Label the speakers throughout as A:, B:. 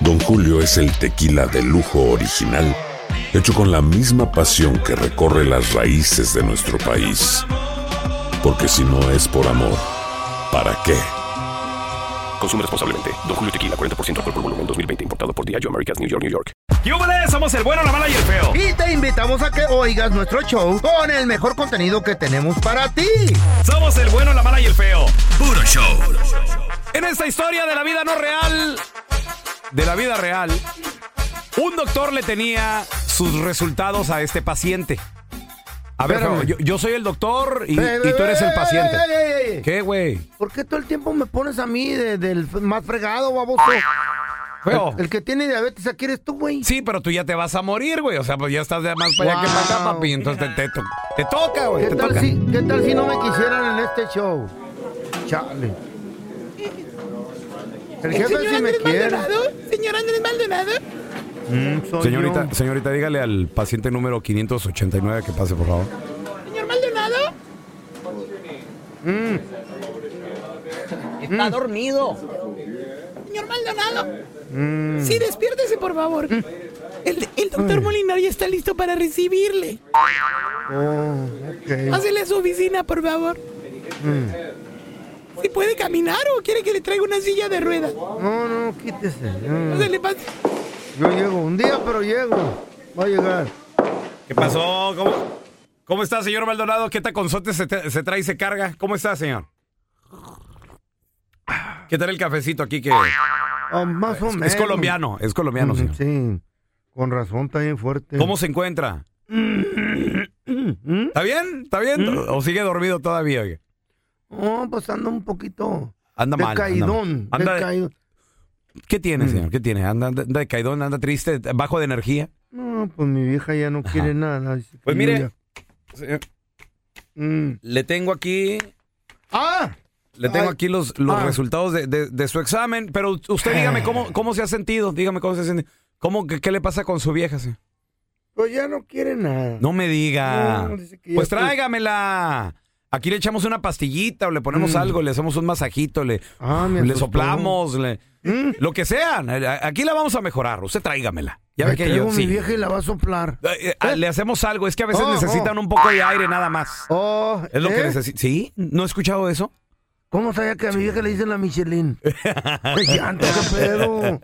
A: Don Julio es el tequila de lujo original, hecho con la misma pasión que recorre las raíces de nuestro país. Porque si no es por amor, ¿para qué?
B: Consume responsablemente. Don Julio Tequila, 40% alcohol por volumen 2020, importado por Diageo Americas, New York, New York.
C: ¡Yúbales! Somos el bueno, la mala y el feo.
D: Y te invitamos a que oigas nuestro show con el mejor contenido que tenemos para ti.
C: Somos el bueno, la mala y el feo.
B: Puro show.
C: En esta historia de la vida no real, de la vida real, un doctor le tenía sus resultados a este paciente. A ver,
D: Espérame.
C: feo, yo, yo soy el doctor y,
D: Ey,
C: y tú eres el
D: ey,
C: paciente.
D: ey, ey, ey, ey.
C: ¿Qué, güey?
D: ¿Por qué todo el tiempo me pones a mí de- del más fregado, baboso?
C: Feo.
D: El, el que tiene diabetes aquí eres tú, güey.
C: Sí, pero tú ya te vas a morir, güey. O sea, pues ya estás de más para allá que para acá,
D: Wow.
C: papi. Entonces te, te to- te toca, güey.
D: ¿Qué
C: Pues Te
D: tal,
C: toca.
D: si, ¿Qué tal si no me quisieran en este show? Chale. El jefe sí me quiere.
E: Señor Andrés Maldonado.
D: Mm, soy
C: Señorita,
D: yo.
C: señorita, dígale al paciente número 589 que pase, por favor.
E: Señor Maldonado.
F: Mm.
G: Está dormido.
E: Señor Maldonado.
F: Mm.
E: Sí, despiértese, por favor. El, el doctor Molinar ya está listo para recibirle.
D: Oh, ok.
E: Pásele a su oficina, por favor.
F: Mm.
E: ¿Si puede caminar o quiere que le traiga una silla de ruedas?
D: No, no, quítese. Mm,
E: Pásele, pásele.
D: Yo llego un día, pero llego. Va a llegar.
C: ¿Qué pasó? ¿Cómo, cómo está, señor Maldonado? ¿Qué taconzote se, te- se trae y se carga? ¿Cómo está, señor? ¿Qué tal el cafecito aquí que
D: Ah, más o menos.
C: es colombiano? Es colombiano,
D: Mm,
C: señor.
D: Sí. Con razón, está bien fuerte.
C: ¿Cómo se encuentra? ¿Está bien? ¿Está bien?
D: Mm.
C: ¿O sigue dormido todavía? oye?
D: Oh, pues anda un poquito.
C: Anda mal. anda mal.
D: Decaidón.
C: Anda de-
D: decaidón.
C: ¿Qué
D: Mm.
C: tiene, señor? ¿Qué tiene? ¿Anda, anda de caidón? ¿Anda triste? ¿Bajo de energía?
D: No, pues mi vieja ya no quiere nada. dice que
C: Pues
D: yo
C: mire,
D: ya-
C: señor,
D: Mm.
C: le tengo aquí
D: ¡Ah!
C: Le tengo
D: Ay.
C: aquí los, los
D: Ah.
C: resultados de, de- de su examen, pero usted dígame cómo, cómo se ha sentido, dígame cómo se ha sentido. ¿Cómo, qué, qué le pasa con su vieja? señor?
D: Pues ya no quiere nada.
C: No me diga.
D: No, Mm, dice que ya
C: pues
D: estoy-
C: tráigamela. Aquí le echamos una pastillita o le ponemos
D: Mm.
C: algo, le hacemos un masajito, le,
D: Ah, me
C: le
D: asustó.
C: soplamos, le,
D: Mm.
C: lo que sea. A- Aquí la vamos a mejorar. Usted tráigamela. Ya ve
D: Le
C: que
D: traigo
C: yo.
D: a mi
C: sí.
D: vieja y la va a soplar.
C: Eh, eh, Le hacemos algo. Es que a veces
D: Oh,
C: necesitan un poco de aire nada más.
D: Oh,
C: Es lo que
D: ¿eh?
C: necesitan. ¿Sí? ¿No he escuchado eso?
D: ¿Cómo sabía que a mi vieja le dicen la Michelin? Pues ¡Qué llanto, qué pedo!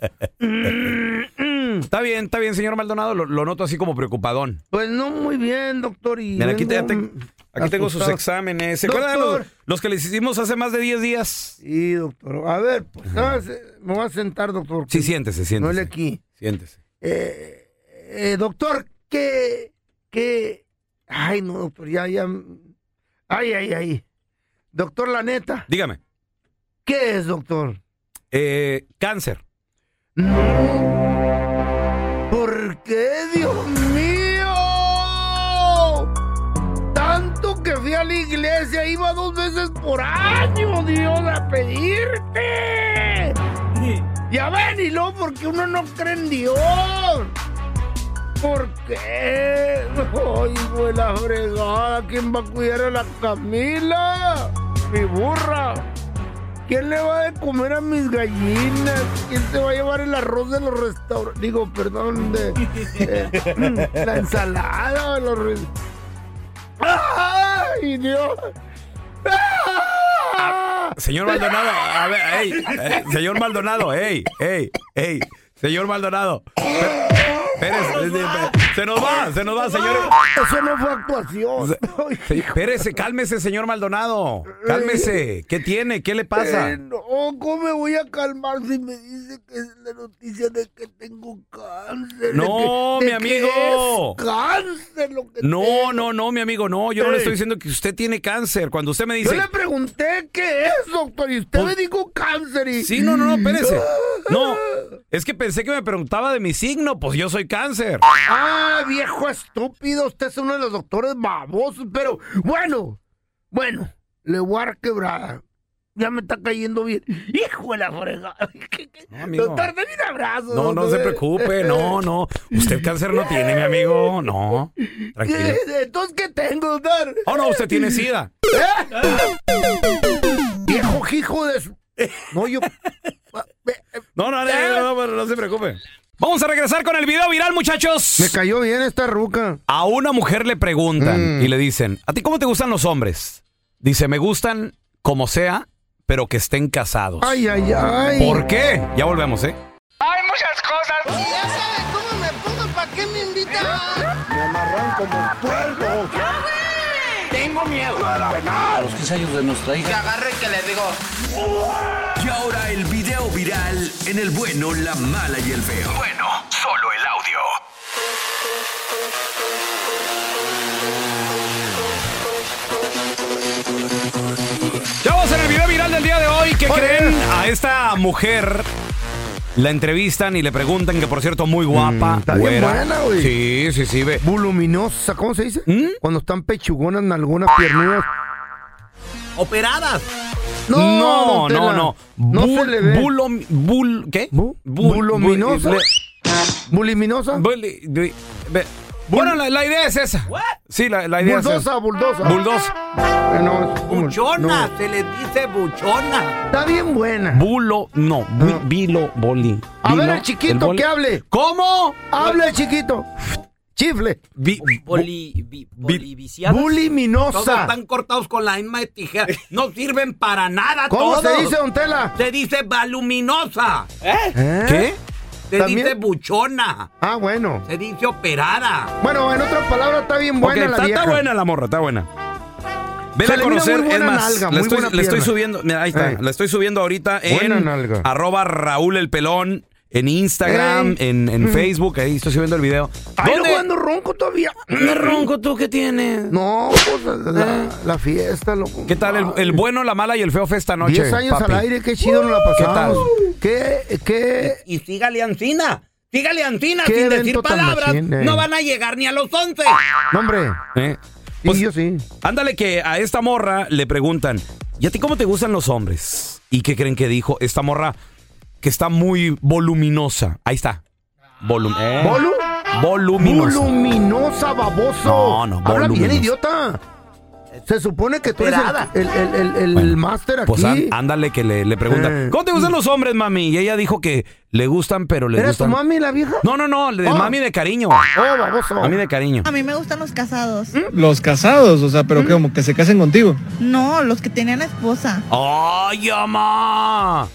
D: Mm,
C: Está bien, está bien, señor Maldonado. Lo- lo noto así como preocupadón.
D: Pues no muy bien, doctor. Y
C: Mira, aquí, te-
D: vengo,
C: te-
D: mm,
C: aquí tengo sus
D: asustado.
C: exámenes. ¿Se acuerdan de los,
D: Doctor.
C: los que les hicimos hace más de 10 días?
D: Sí, doctor. A ver, pues, ¿sabes? me voy a sentar, doctor.
C: Sí, siéntese, siéntese.
D: No le aquí.
C: Siéntese.
D: Eh, eh, doctor, ¿qué, qué? Ay, no, doctor, ya, ya. Ay, ay, ay. Doctor, la neta,
C: Dígame,
D: ¿qué es, doctor?
C: eh, cáncer.
D: No. Mm. ¿Por qué, Dios mío? Tanto que fui a la iglesia, iba dos veces por año, Dios, a pedirte. Ya ven, y luego porque uno no cree en Dios. ¿Por qué? Ay, fue la fregada. ¿Quién va a cuidar a la Camila? Mi burra. ¿Quién le va a comer a mis gallinas? ¿Quién se va a llevar el arroz de los restaurantes? Digo, perdón, de eh, la ensalada de los res- ¡Ay, Dios! ¡Ah!
C: Señor Maldonado, a ver, ey, eh, señor Maldonado, ey, ey, ey. Señor Maldonado. Pérez, se nos va, se nos va, señor.
D: Eso no fue actuación.
C: Se- Espérese, cálmese, señor Maldonado. Cálmese. ¿Qué tiene? ¿Qué le pasa?
D: Eh, no, ¿cómo me voy a calmar si me dice que es la noticia de que tengo cáncer?
C: No,
D: de que- de
C: mi
D: que
C: amigo.
D: es cáncer lo que
C: No,
D: tengo.
C: no, no, mi amigo, no. Yo no le
D: Ey.
C: estoy diciendo que usted tiene cáncer. Cuando usted me
D: Yo
C: dice.
D: le pregunté qué es, doctor, y usted me
C: Pues-
D: dijo cáncer y...
C: Sí, no, no, no, espérese. No, es que pensé que me preguntaba de mi signo. Pues yo soy cáncer.
D: Ah, viejo estúpido, usted es uno de los doctores babosos, pero bueno, bueno, le voy a dar quebrada. Ya me está cayendo bien. Hijo de la fregada.
C: No, amigo.
D: Doctor, dame un abrazo.
C: No, no se
D: doctor.
C: preocupe. No, no. Usted cáncer no tiene, mi amigo. No. Tranquilo.
D: ¿Qué? Entonces, ¿qué tengo, doctor?
C: Oh, no, usted tiene sida.
D: Viejo hijo de su... No, yo...
C: No, no, no, no, no, no, no se preocupe. Vamos a regresar con el video viral,
D: Me
C: muchachos.
D: cayó bien esta ruca.
C: A una mujer le preguntan
D: Mm.
C: y le dicen, ¿a ti cómo te gustan los hombres? Dice, me gustan como sea, pero que estén casados.
D: Ay, ay, ay.
C: ¿Por qué? Ya volvemos, ¿eh?
G: Ya sabe cómo me pongo, ¿para qué me invitan?
H: Y ahora el video viral en el bueno, la mala y el feo. Bueno, solo el audio.
C: Ya vamos en el video viral del día de hoy. ¿Qué creen? A esta mujer la entrevistan y le preguntan, que por cierto, muy guapa.
D: está bien
C: güera.
D: buena, güey.
C: Sí, sí, sí, ve.
D: Voluminosa, ¿cómo se dice?
C: ¿Mm?
D: Cuando están pechugonas, nalgonas, piernudas.
C: Operadas. No, no,
D: don Tela,
C: no.
D: No
C: Bul-
D: se le ve.
C: bulom- bul- ¿Qué?
D: Bu-
C: Bul-
D: buluminosa.
C: bul-
D: Buliminosa.
C: Bully- du- ve- Bueno, la, la idea es esa. Sí, la, la idea es
D: Buldosa,
C: esa.
D: buldosa.
C: Buldosa.
D: Eh, no, es como- no.
C: se le dice buchona.
D: Está bien buena.
C: Bulo, no, bu- bilo, boli.
D: Ah. A ver,
C: Bilo,
D: el chiquito,
C: el boli.
D: que hable.
C: ¿Cómo?
D: Habla el chiquito. Chifle.
C: Bi-
D: Buliminosa.
C: cortados con la misma tijera. No sirven para nada
D: ¿Cómo se dice, don Tela?
C: Se dice voluminosa.
D: ¿Eh?
C: ¿Qué?
D: Se ¿También? dice
C: buchona.
D: Ah, bueno.
C: Se dice operada.
D: Bueno, en otras palabras, está bien buena la
C: está,
D: vieja.
C: está buena la morra, está buena.
D: Se
C: Vela
D: le
C: a
D: mira
C: conocer,
D: muy
C: es
D: buena
C: más,
D: nalga,
C: la,
D: muy
C: estoy,
D: buena
C: la estoy
D: pierna.
C: subiendo, mira, ahí está,
D: Ey.
C: la estoy subiendo ahorita
D: Buena
C: en
D: nalga.
C: arroba Raúl el Pelón, en Instagram,
D: Ey.
C: en, en Facebook, ahí estoy subiendo el video.
D: Eh. Mm. Ay,
C: ¿Dónde?
D: luego ando ronco todavía.
C: ¿Qué ronco tú que tienes?
D: No, pues, la, la fiesta, loco.
C: ¿Qué tal el, el bueno, la mala y el feo fue esta noche?
D: 10 años
C: papi?
D: al aire, qué chido nos la
C: ¿Qué
D: pasamos. ¿Qué ¿Qué,
C: Y sígale Ancina, sígale Ancina,
D: ¿Qué sin evento decir tan palabras, machín, eh? no van
C: a llegar ni a los 11.
D: No, hombre. Sí,
C: Pues-
D: yo sí.
C: Ándale que a esta morra le preguntan, ¿y a ti cómo te gustan los hombres? ¿Y qué creen que dijo esta morra? Que está muy voluminosa. Ahí está. Volum eh.
D: ¿Volu?
C: voluminosa.
D: Voluminosa, baboso.
C: No, no,
D: Habla bien,
C: voluminosa.
D: idiota. Se supone que tú eres el, el, el, el- el
C: Bueno,
D: máster aquí.
C: Pues á- ándale que le, le preguntan,
D: Eh.
C: ¿cómo te gustan los hombres, mami? Y ella dijo que le gustan, pero le
D: ¿Eres tu
C: gustan...
D: mami la vieja?
C: No, no, no, de
D: Oh.
C: mami de cariño.
D: Oh, baboso.
C: Mami de cariño.
G: A mí me gustan los casados.
F: Los casados, o sea, pero que como que se casen contigo.
G: No, los que tenían esposa.
D: Ah.
C: ¡Ay, mamá!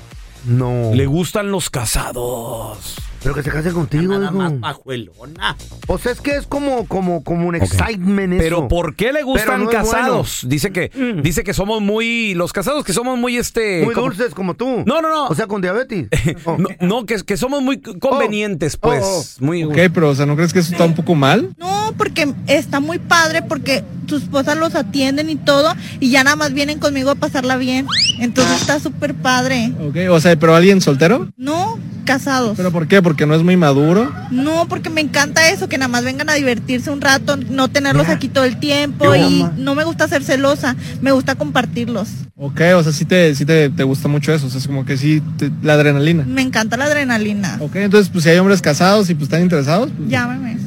D: No.
C: Le gustan los casados.
D: Pero que se case contigo, hijo.
C: pajuelona.
D: O sea, es que es como, como, como un excitement eso.
C: Pero ¿por qué le gustan
D: no es Mm.
C: casados? Dice que dice que somos muy los casados que somos muy este
D: Muy
C: ¿cómo?
D: dulces como tú.
C: No, no, no.
D: O sea, con diabetes. Oh.
C: No, no, que, que somos muy convenientes, pues.
D: Oh,
C: Muy
F: Ok, pero o sea, ¿no crees que eso está un poco mal?
G: No, porque está muy padre, porque sus esposas los atienden y todo, y ya nada más vienen conmigo a pasarla bien. Entonces está súper padre.
F: Ok, o sea, pero alguien soltero?
G: No, casados.
F: ¿Pero por qué? Porque no es muy maduro.
G: No, porque me encanta eso, que nada más vengan a divertirse un rato, no tenerlos aquí todo el tiempo,
D: Qué
G: y
D: bomba.
G: no me gusta ser celosa, me gusta compartirlos.
F: Ok, o sea, sí te, sí te, te gusta mucho eso, o sea, es como que sí, te- la adrenalina.
G: Me encanta la adrenalina.
F: Ok, entonces, pues si hay hombres casados y pues están interesados, pues,
G: Llámeme.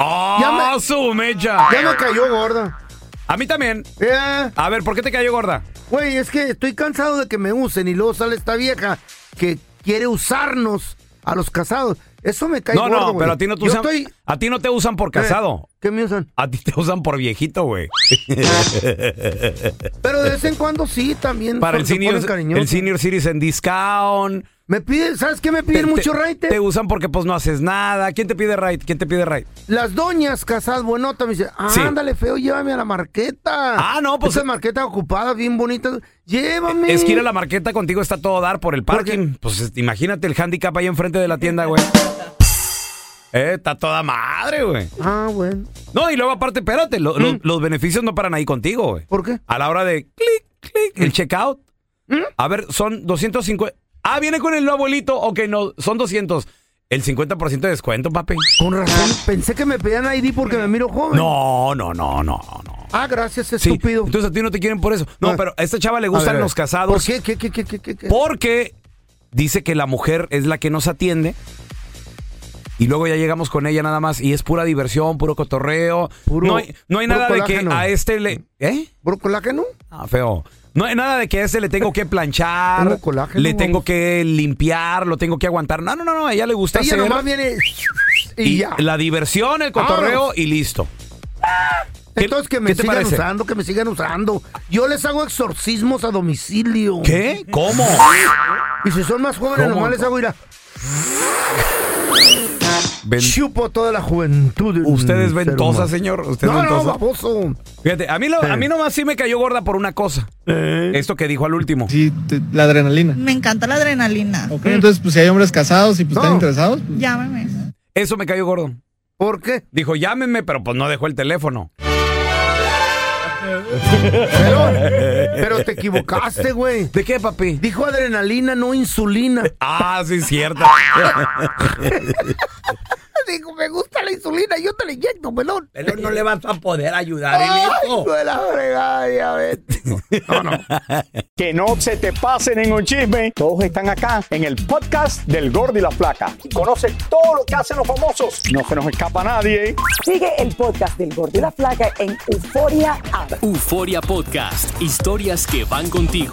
C: ¡Ah,
D: Ya
C: su mecha!
D: Ya me cayó gorda.
C: A mí también.
D: Eh,
C: A ver, ¿por qué te cayó gorda?
D: Güey, es que estoy cansado de que me usen y luego sale esta vieja que quiere usarnos a los casados. Eso me cae
C: No,
D: gordo,
C: no,
D: güey.
C: pero a ti no te
D: Yo
C: usan.
D: estoy- Eh.
C: A ti no te usan por casado.
D: ¿Qué me usan?
C: A ti te usan por viejito, güey.
D: Pero de vez en cuando sí, también.
C: Para
D: se-
C: el
D: se
C: senior,
D: ponen cariñosos.
C: el senior Citizen Discount.
D: Me piden, ¿sabes qué me piden mucho ¿eh? raite?
C: Te usan porque pues no haces nada. ¿Quién te pide raid? ¿Quién te pide raid?
D: Las doñas casadas buenota me dicen,
C: Sí.
D: ándale feo, llévame a la marqueta.
C: Ah, no, pues-
D: Esas marquetas ocupadas, bien bonitas. Llévame.
C: Es que ir a la marqueta contigo está todo dar por el parking. Pues es- imagínate el handicap ahí enfrente de la tienda, güey. Eh, está toda madre, güey.
D: Ah, bueno.
C: No, y luego aparte, espérate, lo- lo- los beneficios no paran ahí contigo, güey.
D: Mm. ¿Por qué? Mm.
C: A la hora de clic, clic, el checkout. A ver, son 250. Ah, viene con el abuelito. Ok, no, son 200. El 50% de descuento, papi.
D: Con razón, pensé que me pedían ID porque me miro joven.
C: No, no, no, no, no.
D: Ah, gracias,
C: Sí,
D: estúpido.
C: entonces a ti no te quieren por eso. No,
D: Ah.
C: pero a esta chava le
D: A ver, a
C: gustan
D: ver.
C: los casados.
D: ¿Por qué? ¿Qué, qué, qué, qué, qué, qué?
C: Porque dice que la mujer es la que nos atiende. Y luego ya llegamos con ella nada más. Y es pura diversión, puro cotorreo.
D: Puro-
C: no hay, no hay
D: puro
C: nada de
D: colágeno.
C: que a este le. ¿Eh?
D: ¿Puro colágeno?
C: Ah, feo. No hay nada de que a este le tengo que planchar.
D: Tengo colágeno,
C: le tengo
D: vamos.
C: que limpiar, lo tengo que aguantar. No, no, no, no. A ella le gusta
D: Ella
C: hacer
D: nomás viene y,
C: y
D: ya.
C: la diversión, el cotorreo
D: Vámonos.
C: y listo. ¿Qué-
D: Entonces que
C: qué
D: me
C: te
D: sigan
C: parece?
D: usando, que me sigan usando. Yo les hago exorcismos a domicilio.
C: ¿Qué? ¿Cómo?
D: Y si son más jóvenes,
C: ¿Cómo?
D: nomás les hago ir a...
C: Ven-
D: Chupo toda la juventud.
C: Usted es
D: Mm,
C: ventosa,
D: ser humano.
C: señor. Usted es
D: No, no,
C: ventosa.
D: baboso.
C: Fíjate, a mí, lo- a mí nomás sí me cayó gorda por una cosa. Esto que dijo al último.
F: Sí, te- la adrenalina.
G: Me encanta la adrenalina.
F: Ok, entonces pues si hay hombres casados y pues están
D: No.
F: interesados, pues,
G: Llámame.
C: Eso me cayó gordo.
D: ¿Por qué?
C: Dijo, llámenme, pero pues no dejó el teléfono.
D: Pero, pero te equivocaste, güey.
C: ¿De qué, papi?
D: Dijo adrenalina, no insulina.
C: Ah, sí, cierto.
D: Dijo, me gusta la insulina, yo te la inyecto, pelón.
C: Pero no le vas a poder ayudar
D: Ay, de la fregada, diabetes. No, no.
I: Que no se te pase ningún chisme. Todos están acá en el podcast del Gordi y la Flaca. Conoce todo lo que hacen los famosos. No se nos escapa nadie.
J: Sigue el podcast del Gordo y la Flaca en Euforia App.
K: Euforia Podcast, historias que van contigo.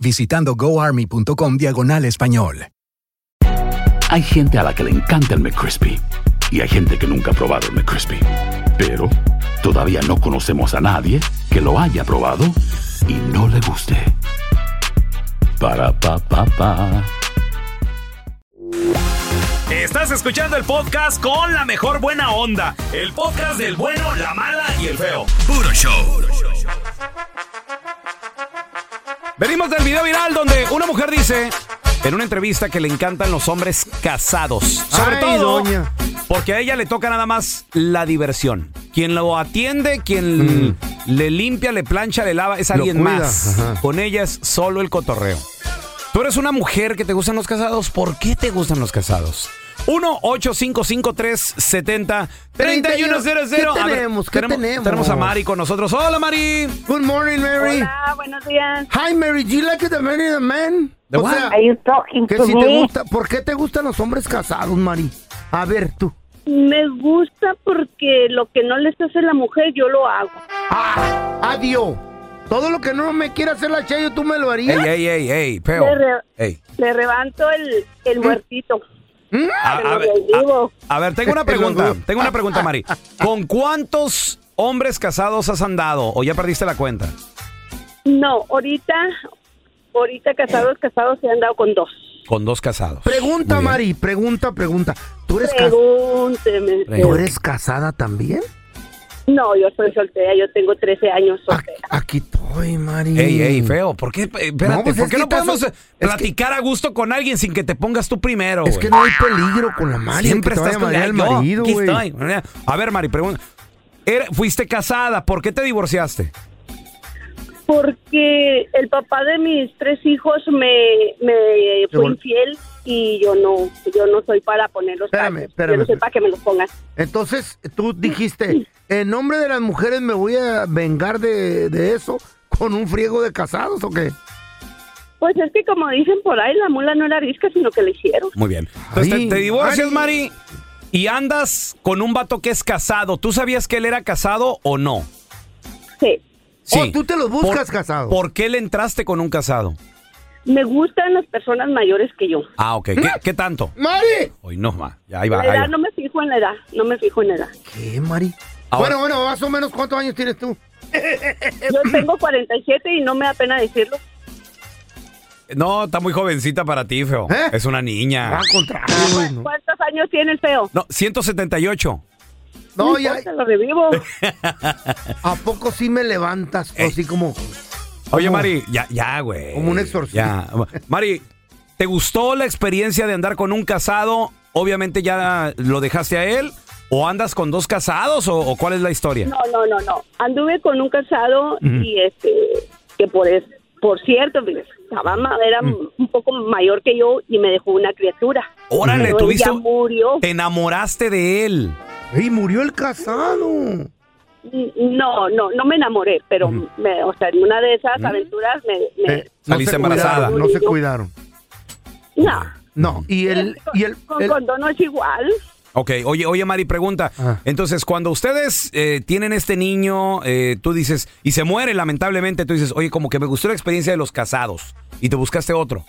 L: visitando goarmy.com diagonal español.
M: Hay gente a la que le encanta el McCrispy y hay gente que nunca ha probado el McCrispy. Pero todavía no conocemos a nadie que lo haya probado y no le guste. Para pa pa pa.
B: Estás escuchando el podcast con la mejor buena onda. El podcast del bueno, la mala y el feo. Puro show.
C: Venimos del video viral donde una mujer dice en una entrevista que le encantan los hombres casados. Sobre
D: Ay,
C: todo
D: doña.
C: porque a ella le toca nada más la diversión. Quien lo atiende, quien le limpia, le plancha, le lava, es
D: Mm. Lo
C: alguien
D: cuida,
C: más.
D: ajá.
C: Con ella es solo el cotorreo. Tú eres una mujer que te gustan los casados. ¿Por qué te gustan los casados? 1 855 370 3100
D: ¿Qué tenemos? ¿Qué tenemos?
C: Tenemos a Mari con nosotros. ¡Hola, Mari!
D: Good morning, Mary.
N: Hola, buenos días.
D: Hi, Mary. Do you like the man in the man?
C: The what?
N: Are you talking
D: que
N: to
O: pues
D: si
N: me?
D: te gusta, ¿por qué te gustan los hombres casados, Mari? A ver, tú.
N: Me gusta porque lo que no les hace la mujer, yo lo hago.
D: Ah, adiós. Todo lo que no me quiera hacer la Chayo, tú me lo harías.
C: ¡Ey, ey, ey, ey! Feo.
N: Le, re-
C: ¡Ey!
N: le levanto el, el
D: ¿Eh?
N: huertito.
C: A,
N: Pero
C: a ver,
N: les digo,
C: a- a ver, tengo una
D: Te lo
C: pregunta.
D: juro.
C: Tengo una pregunta, Mari. ¿Con cuántos hombres casados has andado o ya perdiste la cuenta?
N: no, ahorita, ahorita
D: ¿Eh?
N: casados, casados se han dado con dos.
C: Con dos casados.
D: Pregunta,
C: Muy bien.
D: Mari, pregunta, pregunta. ¿Tú eres, cas-
N: Pregúnteme.
D: ¿Tú eres casada también?
N: No, yo soy soltera, yo tengo 13 años
D: Ah,
N: soltera.
D: Aquí estoy, Mari.
C: Ey, ey, feo, ¿por qué? eh, Espérate,
D: No, pues
C: ¿por
D: es
C: qué
D: que
C: no podemos
D: estás-
C: eh, platicar a gusto con alguien sin que te pongas tú primero?
D: Es que no hay peligro con la Mari. de
C: Siempre
D: que te vaya
C: estás con
D: a
C: la
D: madrear el marido,
C: aquí
D: güey.
C: estoy. A ver, Mari, pregunta. Era- Fuiste casada, ¿por qué te divorciaste?
N: Porque el papá de mis tres hijos me, me fue
D: vol-
N: infiel y yo no, yo no soy para poner los
D: Espérame,
N: cachos.
D: espérame,
N: Yo no soy
D: espérame.
N: para que me los pongas.
D: Entonces, tú dijiste, en nombre de las mujeres me voy a vengar de, de eso con un friego de casados o qué?
N: Pues es que como dicen por ahí, la mula no era arisca, sino que le hicieron.
C: Muy bien. Entonces
D: Ay,
C: te, te divorcias, Mari. y andas con un vato que es casado. ¿Tú sabías que él era casado o no?
N: Sí.
C: Sí.
D: Oh, tú te los buscas casados.
C: ¿Por qué le entraste con un casado?
N: Me gustan las personas mayores que yo.
C: Ah, ok. ¿Qué, qué tanto?
D: ¡Mari!
C: Hoy no, ma. Ah, Ya, Ahí va,
N: la
C: ahí
N: edad,
C: va.
N: no me fijo en la edad, no me fijo en la edad.
D: ¿Qué, Mari?
C: Ahora-
D: Bueno, bueno, más o menos, ¿cuántos años tienes tú?
N: Yo tengo 47 y no me da pena decirlo.
C: No, está muy jovencita para ti, feo.
D: ¿Eh?
C: Es una
D: Ah,
C: niña.
N: ¿Cuántos años tiene el feo?
C: No, 178.
D: No, ya.
N: Te lo revivo.
D: ¿A poco sí me levantas? Así como.
C: Oye, Mari, ya, ya, güey.
D: Como un exorcista.
C: Ya. Mari, ¿te gustó la experiencia de andar con un casado? Obviamente ya lo dejaste a él. ¿O andas con dos casados? ¿O, o cuál es la historia?
N: No, no, no, no. Anduve con un casado
C: Ujú.
N: y este, que por es, por cierto, pues, estaba, ma- era un poco mayor que yo y me dejó una criatura.
C: Órale,
N: Pero
C: ¿tuviste
N: ella
C: un- Eh.
N: murió.
C: Te enamoraste de él.
D: ¡Ey, murió el casado!
N: No, no, no me enamoré, pero, me, o sea, en una de esas
D: Ujú.
N: aventuras me... me-
D: Eh, no
C: Saliste
D: se
C: embarazada.
D: cuidaron, no se cuidaron.
N: no,
D: No, y el. Y el,
N: con
D: el-
N: condón no es igual.
C: Ok, oye, oye, Mari, pregunta. Entonces, cuando ustedes eh, tienen este niño, eh, tú dices, y se muere lamentablemente, tú dices, oye, como que me gustó la experiencia de los casados y te buscaste otro.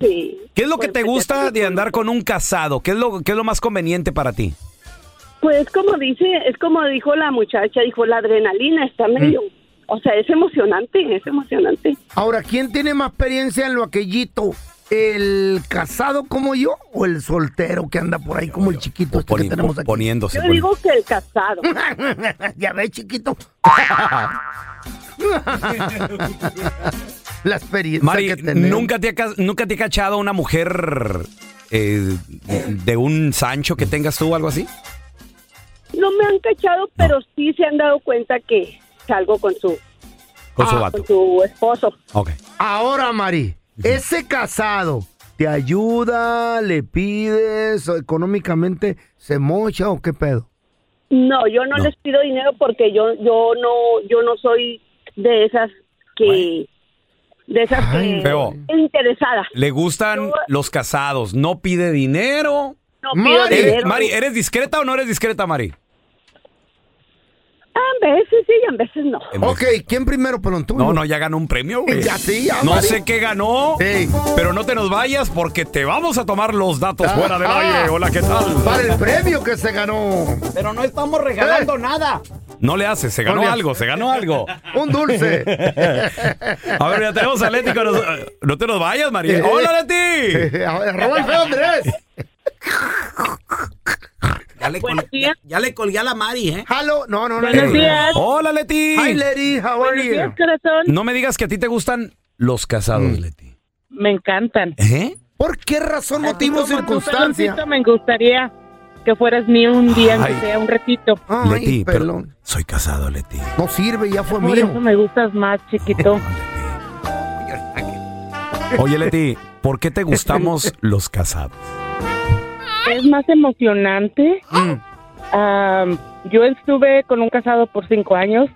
N: Sí. Pues,
C: ¿Qué es lo que te gusta de andar con un casado? ¿Qué es lo, qué es lo más conveniente para ti?
N: Pues como dice, es como dijo la muchacha, dijo, la adrenalina está medio... O sea, es emocionante, es emocionante.
D: Ahora, ¿quién tiene más experiencia en lo aquellito? ¿El casado como yo o el soltero que anda por ahí como el chiquito este que tenemos aquí?
C: Poniéndose.
N: Yo digo que el casado.
D: ya ves, chiquito. la experiencia
C: Mari,
D: que tenemos.
C: ¿nunca te, ha, ca- ¿nunca te ha cachado una mujer eh, de un Sancho que tengas tú o algo así?
N: No me han cachado, pero sí se han dado cuenta que salgo con su, ah,
C: Con
O: Ah,
C: su vato.
N: con su esposo.
D: Ahora, Mari, ese casado te ayuda, le pides o económicamente, se mocha o qué pedo.
N: No, yo no, les pido dinero porque yo yo no yo no soy de esas que de esas
C: Ay,
N: que
C: feo.
N: interesadas.
C: Le gustan los casados, no pide dinero.
N: No pido
C: Eres-
N: dinero.
C: Mari, ¿eres discreta o no eres discreta, Mari?
N: A Ah, veces sí, a veces no.
D: Ok, ¿quién primero, pelón? ¿Tú?
C: No, no, ya ganó un premio, güey.
D: Ya sí, ya,
C: No
D: Mari.
C: sé qué ganó, pero no te nos vayas porque te vamos a tomar los datos
D: Ah,
C: fuera del aire. Hola, ¿qué tal?
D: Para el premio que se ganó.
C: Pero no estamos regalando
D: nada.
C: No le haces, se ganó
D: Eh. No le-
C: algo, se ganó algo.
D: Un dulce.
C: A ver, ya tenemos a Leti con nos- No te nos vayas, Mari. ¡Hola, Leti!
D: Arroba el feo Andrés.
C: Ya le,
E: colgué a la Mari, ¿eh?
D: Halo. No, no, no.
E: Buenos
D: no.
E: días.
C: Hola, Leti.
D: Eh, Hi, Leti. How are you?
N: corazón.
C: No me digas que a ti te gustan los casados, Leti.
O: Me encantan.
C: ¿Eh?
D: ¿Por qué razón, motivo, circunstancia?
O: me gustaría que fueras mío un día, aunque
C: Ay.
O: sea un ratito.
C: Leti, pero soy casado, Leti.
D: No sirve, ya fue
O: Por eso
D: mío.
O: me gustas más, chiquito.
C: Oye, Leti, ¿por qué te gustamos los casados?
O: es más emocionante.
C: Mm.
O: Ah, yo estuve con un casado por cinco años.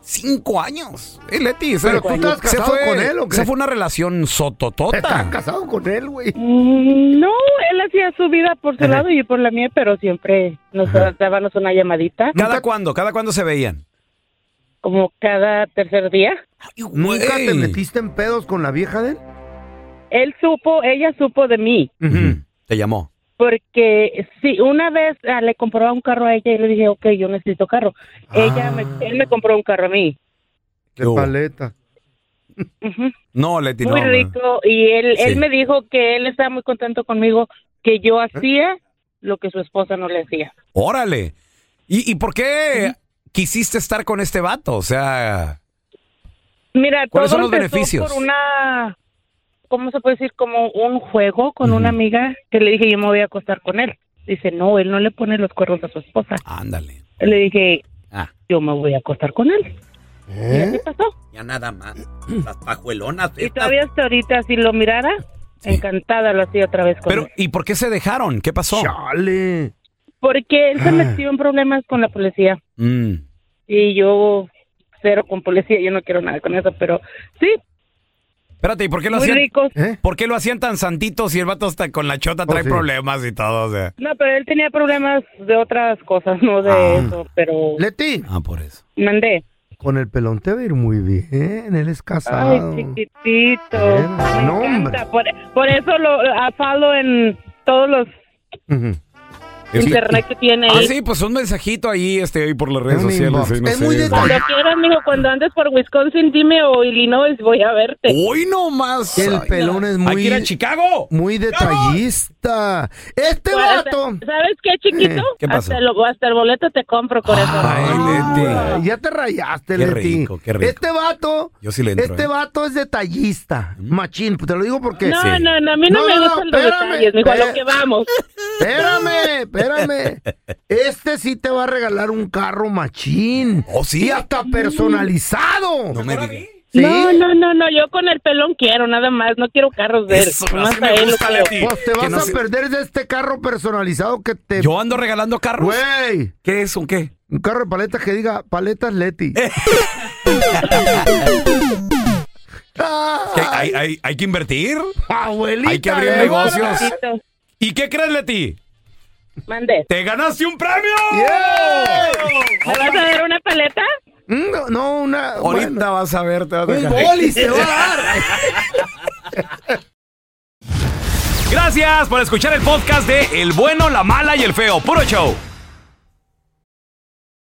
C: ¿Cinco años? Eh, Leti, se-
O: Pero tú estabas
C: se
D: casado con él, ¿o qué?
C: Se fue una relación sototota.
D: Estás casado con él, güey.
O: Mm, No, él hacía su vida por su lado y yo por la mía, pero siempre nos dábamos una llamadita,
C: ¿Cada cuándo? ¿Cada cuándo se veían?
O: como cada tercer día.
D: ¿Nunca te metiste en pedos con la vieja de él?
O: Él supo, ella supo de mí.
C: Te llamó.
O: Porque sí, una vez ah, le compraba un carro a ella y le dije, ok, yo necesito carro. Ella me,
C: Ah.
O: él me compró un carro a mí.
D: De paleta.
C: No, Leti,
O: Muy
C: no.
O: rico. Y él,
C: Sí. ¿Eh?
O: él me dijo que él estaba muy contento conmigo, que yo hacía lo que su esposa no le hacía.
C: Órale. ¿Y, y por qué quisiste estar con este vato? O sea,
O: Mira,
C: ¿Cuáles
O: todo
C: son los
O: empezó
C: beneficios?
O: por una, ¿cómo se puede decir? Como un juego con una amiga que le dije yo me voy a acostar con él. Dice, no, él no le pone los cuernos a su esposa.
C: Ándale.
O: Le dije,
C: Ah.
O: yo me voy a acostar con él.
C: ¿Eh?
O: ¿Y así pasó?
P: Ya nada más. Las pajuelonas.
C: ah.
O: Y todavía hasta ahorita, si lo mirara, encantada lo hacía otra vez con él.
C: ¿y por qué se dejaron? ¿Qué pasó?
D: Chale.
O: Porque él se
C: Ah.
O: metió en problemas con la policía.
C: Mm.
O: Y yo, cero con policía, yo no quiero nada con eso, pero sí,
C: Espérate, ¿y por qué lo
O: Muy
C: hacían? Eh.
O: ricos.
D: ¿Eh?
C: ¿Por qué lo hacían tan santitos y el vato hasta con la
D: Oh,
C: chota trae problemas y todo? O sea.
O: No, pero él tenía problemas de otras cosas, no de
D: Ah.
O: eso, pero...
D: Leti.
C: Ah, por eso.
O: Mandé.
D: Con el pelón te va a ir muy bien. Él es
O: Ay,
D: casado.
O: chiquitito. Me
D: Ah, no, hombre.
O: encanta. Por, por eso lo afalo en todos los internet que tiene
C: Ah,
O: ahí.
C: sí, pues un mensajito ahí, este, ahí por las redes
D: un
C: sociales.
D: inbox.
C: ahí, no
D: Es
C: sé,
D: muy
C: ¿no?
O: Cuando quieras, mijo, cuando andes por Wisconsin, dime o Illinois, voy a verte.
C: ¡Uy, no más!
D: El pelón es muy.
O: que ir a
C: Chicago!
D: Muy detallista. Este
O: Ahora,
D: vato.
O: ¿Sabes qué, chiquito?
D: ¿Qué pasó?
O: Hasta el, hasta el boleto te compro, corazón.
D: Ah, ya te rayaste,
C: Qué
D: Leti.
C: rico, qué rico.
D: Este vato.
C: Yo sí le entro,
D: Este
C: ¿eh?
D: vato es detallista. Machín, te lo digo porque.
O: No, no, no, a mí no me gustan los detalles, mijo, a lo que vamos.
D: Espérame, espérame. Este sí te va a regalar un carro machín.
C: ¿Oh, sí?
D: Y hasta personalizado.
C: No me digas.
O: No, no, no, no, yo con el pelón quiero, nada más, no quiero carros de él.
C: Eso,
O: nomás
C: así me
O: a él lo
C: gusta,
O: quiero.
C: Leti.
D: Pues te
C: Que
D: vas
C: no
D: a
C: se-
D: perder de este carro personalizado que te.
C: Yo ando regalando carros.
D: Güey.
C: ¿Qué es un qué?
D: Un carro de paletas que diga paletas Leti.
C: Eh. Que hay, hay- hay que invertir.
D: Abuelita.
C: Hay que abrir
D: eh,
C: negocios.
O: Chiquito,
C: ¿Y qué crees, Leti?
O: Mande.
C: ¡Te ganaste un premio!
O: ¿Me vas a dar una paleta?
D: No, Mm, no, una.
C: Ahorita
D: bueno.
C: vas a ver, te vas a
D: Un
C: ganar.
D: bolis te va a dar.
C: Gracias por escuchar el podcast de El Bueno, la Mala y el Feo. Puro show.